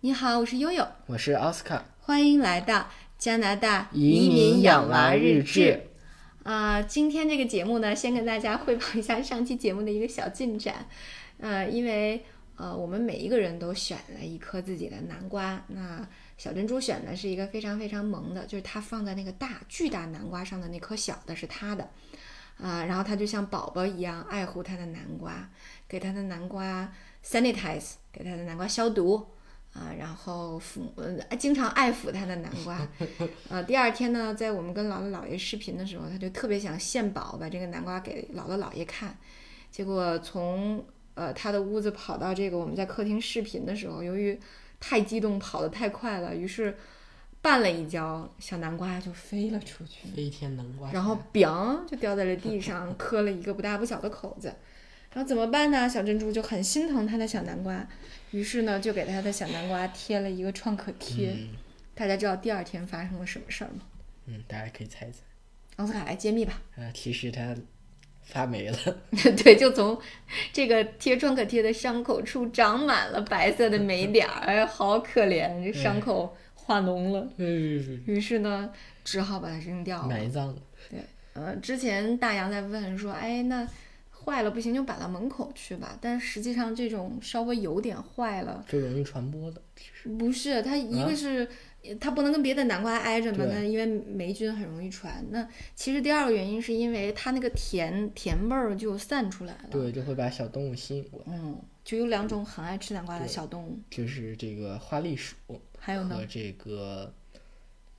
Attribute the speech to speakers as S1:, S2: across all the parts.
S1: 你好，我是悠悠，
S2: 我是奥斯卡，
S1: 欢迎来到加拿大
S2: 移民养娃
S1: 日
S2: 日志。
S1: 啊、今天这个节目呢，先跟大家汇报一下上期节目的一个小进展。呃，因为呃，我们每一个人都选了一颗自己的南瓜。那小珍珠选的是一个非常非常萌的，就是它放在那个大巨大南瓜上的那颗小的是它的。啊、然后它就像宝宝一样爱护它的南瓜，给它的南瓜 sanitize，给它的南瓜消毒，啊，然后抚呃经常爱抚他的南瓜，呃，第二天呢，在我们跟姥姥姥爷视频的时候，他就特别想献宝，把这个南瓜给姥姥姥爷看。结果从呃他的屋子跑到这个我们在客厅视频的时候，由于太激动，跑得太快了，于是绊了一跤，小南瓜就飞了出去。
S2: 飞天南瓜，
S1: 然后 biang 就掉在了地上，磕了一个不大不小的口子。然后怎么办呢？小珍珠就很心疼它的小南瓜，于是呢就给它的小南瓜贴了一个创可贴。
S2: 嗯
S1: 大家知道第二天发生了什么事儿吗？
S2: 嗯，大家可以猜一猜，
S1: 奥斯卡来揭秘吧。
S2: 呃，其实它发霉了，
S1: 对，就从这个贴创可贴的伤口处长满了白色的霉点儿， 哎，好可怜，这伤口化脓了。
S2: 嗯，
S1: 于是呢，只好把它扔掉了。
S2: 埋葬了，
S1: 呃，之前大洋在问说，哎，那坏了不行就摆到门口去吧。但实际上这种稍微有点坏了，
S2: 就容易传播的。其实
S1: 不是它一个
S2: 啊
S1: 是、它不能跟别的南瓜挨着嘛，
S2: 对
S1: 那因为霉菌很容易传。那其实第二个原因是因为它那个甜甜味儿就散出来了。，
S2: 对，就会把小动物吸引过来，
S1: 嗯，就有两种很爱吃南瓜的
S2: 对
S1: 小动物，
S2: 就是这个花栗鼠
S1: 还有呢
S2: 和，这个，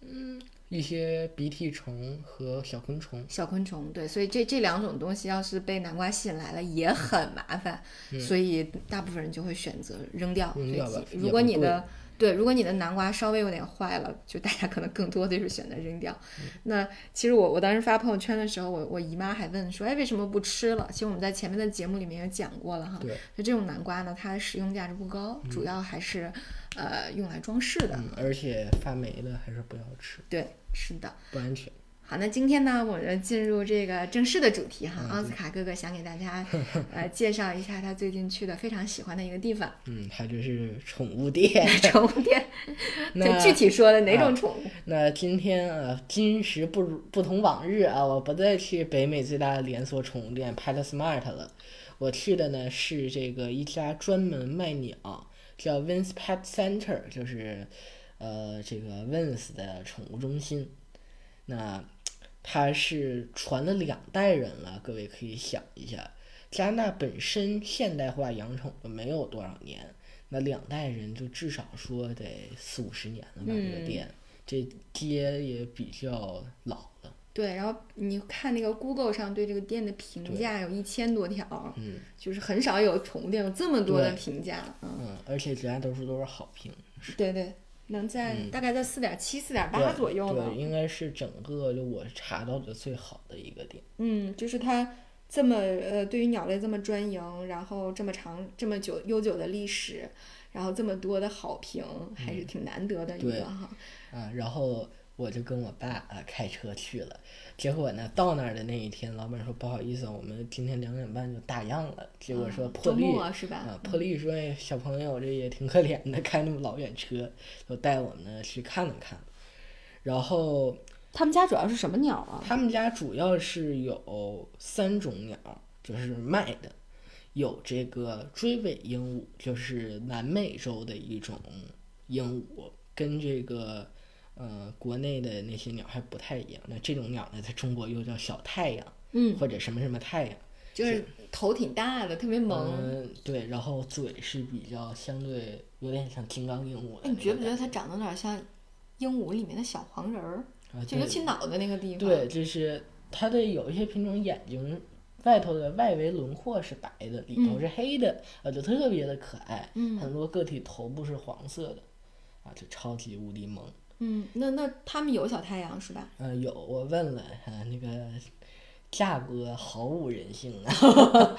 S2: 嗯，一些鼻涕虫和小昆虫。
S1: 小昆虫，对，所以这这两种东西要是被南瓜吸引来了，也很麻烦，
S2: 嗯
S1: 所以大部分人就会选择扔掉
S2: 扔
S1: 这
S2: 掉
S1: 些
S2: 吧
S1: 如
S2: 也
S1: 果
S2: 不
S1: 你的对，如果你的南瓜稍微有点坏了，就大家可能更多的就是选择扔掉。
S2: 嗯
S1: 那其实我我当时发朋友圈的时候，我我姨妈还问说，哎，为什么不吃了？其实我们在前面的节目里面也讲过了哈。
S2: 对，
S1: 就这种南瓜呢，它的食用价值不高，主要还是呃用来装饰的。
S2: 嗯，而且发霉了还是不要吃，
S1: 对，是的。
S2: 不安全。
S1: 好，那今天呢，我们进入这个正式的主题哈。奥斯卡哥哥想给大 家呃介绍一下他最近去的非常喜欢的一个地 方
S2: 嗯，它就是宠物店。
S1: —— 宠物店。
S2: 那
S1: 就具体说的哪种宠物？
S2: 那今天啊，今时不如不同往日啊，我不再去北美最大的连锁宠物店 PetSmart 了，我去的呢是这个一家专门卖鸟，叫 Vins Pet Center，就是呃这个 Vins 的宠物中心。那它是传了两代人了，各位可以想一下，加拿大本身现代化养宠了没有多少年，那两代人就至少说得四五十年了吧，这
S1: 嗯
S2: 个店。这街也比较老了，
S1: 对，然后你看那个 Google 上对这个店的评价有一千多条，
S2: 嗯
S1: 就是很少有宠物店有这么多的
S2: 对
S1: 评价。嗯，
S2: 嗯，而且绝大多数都是好评，
S1: 对对，能在、
S2: 嗯
S1: 大概在四点七、四点八
S2: 对
S1: 左右吧
S2: 对，。应该是整个就我查到的最好的一个点，
S1: 嗯，就是它这么呃，对于鸟类这么专营，然后这么长、这么久、悠久的历史，然后这么多的好评，还是挺难得的一
S2: 嗯对
S1: 个哈。
S2: 啊，然后我就跟我爸啊开车去了，结果呢到那儿的那一天，老板说不好意思，我们今天两点半就打烊了，结果说
S1: 啊
S2: 破
S1: 周
S2: 例。
S1: 末是吧？
S2: 啊，破例说哎小朋友这也挺可怜的，开那么老远车，就带我们呢去看了看，然后
S1: 他们家主要是什么鸟啊？
S2: 他们家主要是有三种鸟，就是卖的，有这个追尾鹦鹉，就是南美洲的一种鹦鹉，跟这个呃国内的那些鸟还不太一样。那这种鸟呢，在中国又叫小太阳，
S1: 嗯，
S2: 或者什么什么太阳。
S1: 就是头挺大的，特别萌。
S2: 嗯，对，然后嘴是比较相对有点像金刚鹦鹉
S1: 哎，
S2: 的那
S1: 你觉
S2: 种
S1: 不觉得它长得有点像鹦鹉里面的小黄人儿？
S2: 啊，
S1: 就尤
S2: 对
S1: 其脑袋那个地方。
S2: 对，就是它的有一些品种眼睛外头的外围轮廓是白的，里头是黑的，啊，就特别的可爱。
S1: 嗯
S2: 很多个体头部是黄色的，啊，就超级无敌萌。
S1: 嗯，那那他们有小太阳是吧？
S2: 嗯、有我问了，啊，那个价格毫无人性啊。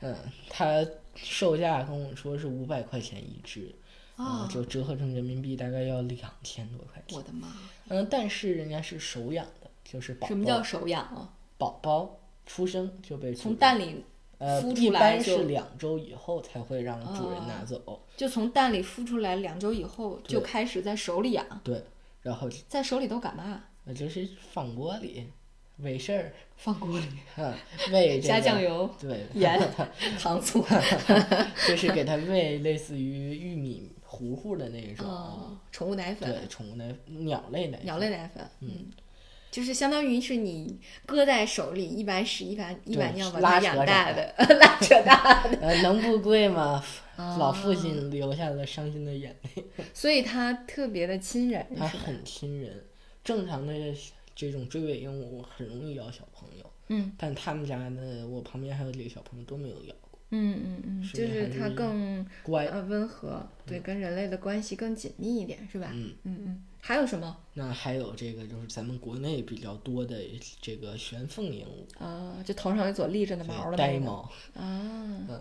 S2: 嗯，它售价跟我说是五百块钱一只，啊、
S1: 啊、
S2: 就折合成人民币大概要两千多块钱。
S1: 我的妈！
S2: 嗯，但是人家是手养的，就是宝宝。
S1: 什么叫手痒啊？
S2: 宝宝出生就被
S1: 从
S2: 主人
S1: 蛋里
S2: 呃，
S3: 孵
S2: 一
S3: 出来
S2: 般
S3: 就是
S2: 两周以后才会让主人拿走。
S1: 哦
S3: 就从蛋里孵出来两周以后就
S2: 对
S3: 开始在手里养，
S2: 对，然后
S3: 在手里都干嘛？
S2: 呃就是放锅里，没事儿，
S3: 放 锅里，
S2: 哈，喂这
S3: 加
S2: 个嗯
S3: 酱 油、
S2: 对，
S3: 盐、糖醋。
S2: 就是给它喂类似于玉米糊糊的那种，
S1: 哦，宠物奶
S2: 对，
S1: 粉，
S2: 宠物奶鸟类奶
S1: 鸟
S2: 粉
S1: 类奶粉，嗯。就是相当于是你搁在手里一碗屎一碗一碗
S2: 对
S1: 尿把
S2: 拉
S1: 它
S2: 扯
S1: 养
S2: 着
S1: 大的， 拉扯大的，
S2: 呃，能不贵吗？老父亲流下了伤心的眼泪，
S1: 所以它特别的亲人，
S2: 它
S1: 是吧
S2: 很亲人。正常的这种追尾鹦鹉很容易咬小朋友，
S1: 嗯，
S2: 但他们家的我旁边还有几个小朋友都没有咬，
S1: 嗯嗯嗯，
S2: 是
S1: 就
S2: 还
S1: 是它
S2: 是哎
S1: 更
S2: 乖。
S1: 呃温和，对，跟人类的关系更紧密一点，是吧？
S2: 嗯
S1: 嗯嗯，还有什么？
S2: 那还有这个就是咱们国内比较多的这个玄凤鹦鹉，
S1: 啊，就头上有撮立着的
S2: 对
S1: 毛的那
S2: 呆
S1: 个
S2: 毛，
S1: 啊，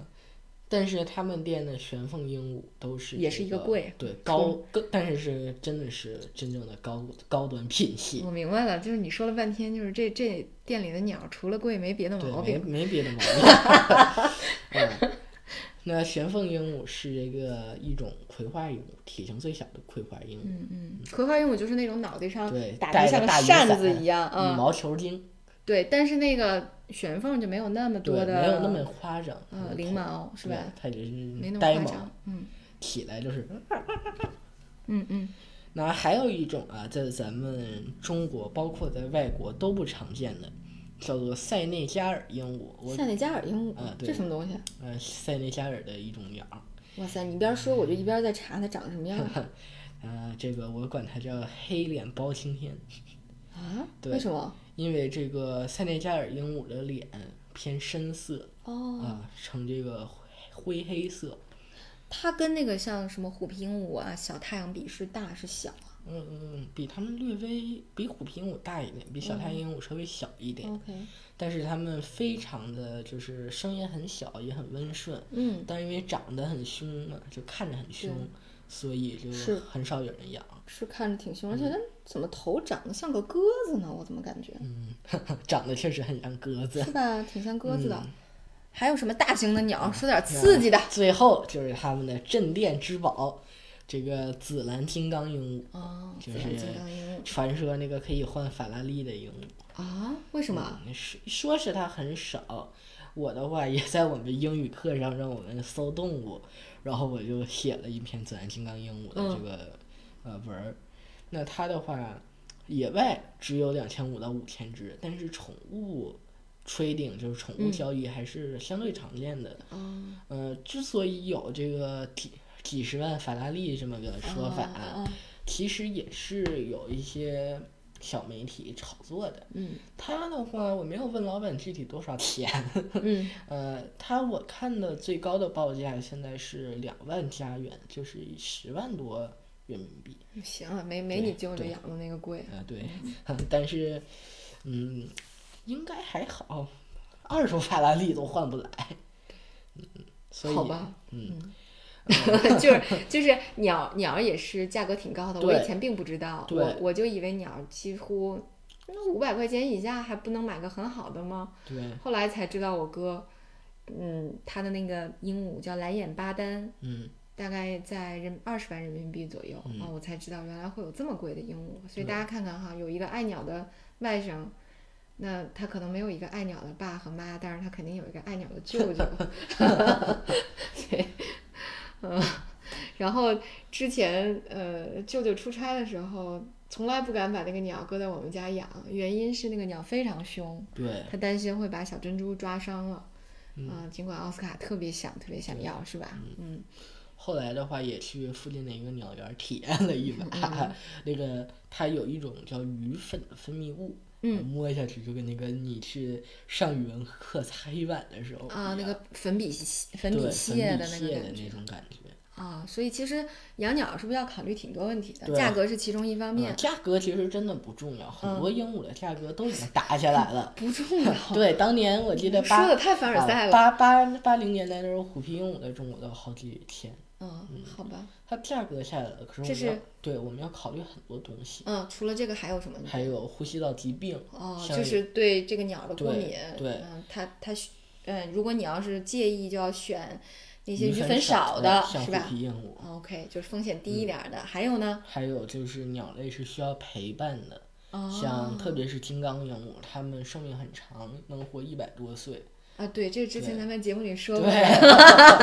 S2: 但是他们店的玄凤鹦鹉都是
S1: 也
S2: 这
S1: 是一个
S2: 个
S1: 贵
S2: 对高更，但是是真的是真正的高高端品系，
S1: 我明白了，就是你说了半天，就是这这店里的鸟除了贵没别的
S2: 对，
S1: 毛
S2: 没
S1: 病。
S2: 没别的毛 病。嗯，那玄凤鹦鹉是一个一种葵花鹦鹉，体型最小的葵花鹦鹉，
S1: 嗯嗯，葵花鹦鹉就是那种脑袋上
S2: 对，
S1: 打得
S2: 带个
S1: 像个
S2: 大雨
S1: 扇
S2: 伞
S1: 子一样
S2: 羽
S1: 啊，
S2: 毛球精，
S1: 对，但是那个玄凤就没有那么
S2: 对，
S1: 多的，
S2: 没有那么夸张，
S1: 呃
S2: 嗯
S1: 翎，毛是
S2: 对
S1: 吧？？
S2: 它只
S1: 没
S2: 是
S1: 那
S2: 呆
S1: 么夸
S2: 毛，
S1: 张，嗯
S2: 起来就是。
S1: 嗯嗯，
S2: 那还有一种啊，在咱们中国，包括在外国都不常见的，叫做塞内加尔鹦鹉。我
S1: 塞内加尔鹦
S2: 啊
S1: 鹉，
S2: 对
S1: 这什么东西？
S2: 呃，塞内加尔的一种鸟儿，
S1: 哇塞，你一边说我就一边在查它长什么 样啊
S2: 呃，这个我管它叫黑脸包青天，
S1: 啊？
S2: 对
S1: 为什么？
S2: 因为这个塞内加尔鹦鹉的脸偏深色啊、
S1: 哦，
S2: 呈这个灰黑色。
S1: 它跟那个像什么虎皮鹦鹉啊、小太阳比是大是小啊
S2: 嗯嗯，嗯，比它们略微比虎皮鹦鹉大一点，比小太鹦鹉稍微小一点，
S1: ？OK，
S2: 但是它们非常的就是声音很小，也很温顺。
S1: 嗯，
S2: 但因为长得很凶嘛，就看着很凶
S1: 对，
S2: 所以就是很少有人养。
S1: 是看着挺凶，而且它怎么头长得像个鸽子呢？我怎么感觉？
S2: 嗯， 长得确实很像鸽子。
S1: 是吧？挺像鸽子的。还有什么大型的鸟？说点刺
S2: 嗯
S1: 激的。
S2: 最后就是他们的镇店之宝，这个紫蓝金刚鹦
S1: 哦，
S2: 就
S1: 自然
S2: 是
S1: 金刚鹦
S2: 鹉，传说那个可以换法拉利的鹦鹉。
S1: 鹉啊？为什么？
S2: 嗯是说是它很少，我的话也在我们英语课上让我们搜动物，然后我就写了一篇自然金刚鹦鹉的这个、呃文儿。那它的话，野外只有两千五到五千只，但是宠物 trading 就是宠物交易还是相对常见的。
S1: 哦
S2: 呃，之所以有这个几几十万法拉利这么个嗯说法，
S1: 啊啊啊
S2: 其实也是有一些小媒体炒作的。
S1: 嗯
S2: 他的话，我没有问老板具体多少钱。
S1: 嗯，
S2: 呃，他我看的最高的报价现在是两万加元，就是十万多人民币。
S1: 行了，没没
S2: 对
S1: 你舅舅
S2: 对
S1: 养的那个贵。
S2: 啊、对， 但是，嗯，应该还好，二手法拉利都换不来。嗯，所以
S1: 好吧，
S2: 嗯，
S1: 就是就是鸟鸟也是价格挺高的，我
S2: 对
S1: 以前并不知道，
S2: 对
S1: 我我就以为鸟几乎那五百块钱以下还不能买个很好的吗？
S2: 对，
S1: 后来才知道我哥，嗯，他的那个鹦鹉叫蓝眼巴丹，
S2: 嗯，
S1: 大概在人二十万人民币左右啊、
S2: 嗯
S1: 我才知道原来会有这么贵的鹦鹉，所以
S2: 对
S1: 大家看看哈，有一个爱鸟的外甥。那他可能没有一个爱鸟的爸和妈，但是他肯定有一个爱鸟的舅 舅。对，嗯，然后之前呃，舅舅出差的时候，从来不敢把那个鸟搁在我们家养，原因是那个鸟非常凶，
S2: 对，
S1: 他担心会把小珍珠抓伤了。
S2: 嗯
S1: 啊、尽管奥斯卡特别想，特别想
S2: 对
S1: 要，是吧？嗯，
S2: 后来的话，也去附近的一个鸟园体验了
S1: 嗯
S2: 一把，那个它有一种叫鱼粉的分泌物，
S1: 嗯
S2: 摸下去就跟那个你去上语文课擦黑板的时候
S1: 啊，
S2: 一
S1: 那
S2: 样
S1: 个粉笔屑粉
S2: 哦对
S1: 笔
S2: 粉
S1: 屑的
S2: 那
S1: 那个感觉
S2: 那种感觉。
S1: 啊，所以其实养鸟是不是要考虑挺多问题的？
S2: 对啊
S1: 价格是其中一方面
S2: 嗯，，价格其实真的不重要，很
S1: 嗯
S2: 多鹦鹉的价格都已经打下来了。
S1: 不重要。
S2: 嗯 对，当年我记得
S1: 说
S2: 八
S1: 的太凡尔赛
S2: 啊
S1: 了。
S2: 八八八零年代的时候，虎皮鹦鹉在中国都有好几千，
S1: 嗯，好吧。
S2: 它价格下来了，可是我
S1: 这
S2: 们要
S1: 是
S2: 对我们要考虑很多东西，
S1: 嗯，除了这个还有什么呢？
S2: 还有呼吸道疾病，
S1: 哦，
S2: 像
S1: 就是对这个鸟的过
S2: 对
S1: 敏，
S2: 对
S1: 嗯，它它需嗯，如果你要是介意，就要选那些
S2: 鱼
S1: 鱼粉
S2: 少
S1: 少的，
S2: 像
S1: 是
S2: 虎
S1: 吧
S2: 皮鹦鹉。
S1: ？OK，就是风险
S2: 嗯
S1: 低一点儿的。还有呢？
S2: 还有就是鸟类是需要陪伴的，像
S1: 哦，
S2: 特别是金刚鹦鹉，它们寿命很长，能活一百多岁。
S1: 啊，对，这之前
S2: 对
S1: 咱们节目里说过
S2: 对
S1: 的，，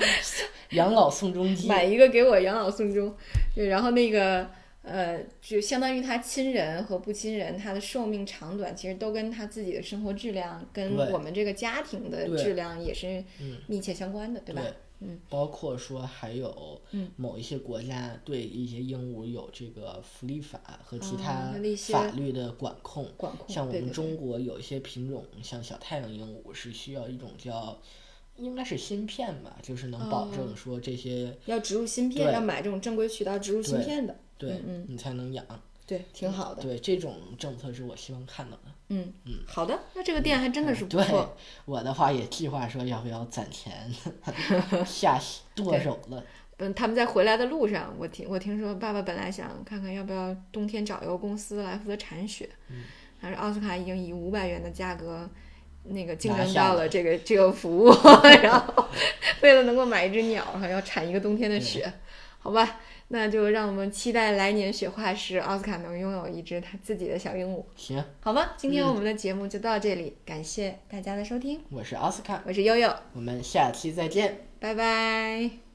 S2: 养老送终记。
S1: 买一个给我养老送终，对然后那个呃，就相当于他亲人和不亲人，他的寿命长短其实都跟他自己的生活质量，跟
S2: 对
S1: 我们这个家庭的
S2: 对
S1: 质量也是
S2: 嗯
S1: 密切相关的，对吧？嗯
S2: 包括说还有
S1: 嗯
S2: 某一些国家对一些鹦鹉有这个福利法和其
S1: 哦
S2: 他
S1: 那一些
S2: 法律的管控。
S1: 管控
S2: 像我
S1: 对对
S2: 们
S1: 对
S2: 中国有一些品种，像小太阳鹦鹉是需要一种叫，应该是芯片吧，就是能保证说这些
S1: 要植入芯片，
S2: 对
S1: 要买这种正规渠道植入芯
S2: 对
S1: 片的，
S2: 对
S1: 嗯
S2: 你才能养。
S1: 对，挺好的。
S2: 对这种政策是我希望看到 的。
S1: 嗯，好的，那这个店还真的是不
S2: 嗯对
S1: 错。
S2: 我的话也计划说要不要 攒钱下剁手了。
S1: 嗯，他们在回来的路上，我听我听说爸爸本来想看看要不要冬天找一个公司来负责铲雪，
S2: 嗯
S1: 但是奥斯卡已经以五百元的价格。那个竞
S2: 拿
S1: 争
S2: 下
S1: 到
S2: 了
S1: 了这个这个服务， 然后为了能够买一只鸟，还要铲一个冬天的雪，好吧？那就让我们期待来年雪化时奥斯卡能拥有一只他自己的小鹦鹉，
S2: 行，
S1: 好吗？今
S2: 嗯
S1: 天我们的节目就到这里，感谢大家的收听，
S2: 我是奥斯卡，
S1: 我是悠悠，
S2: 我们下期再见。
S1: 拜拜。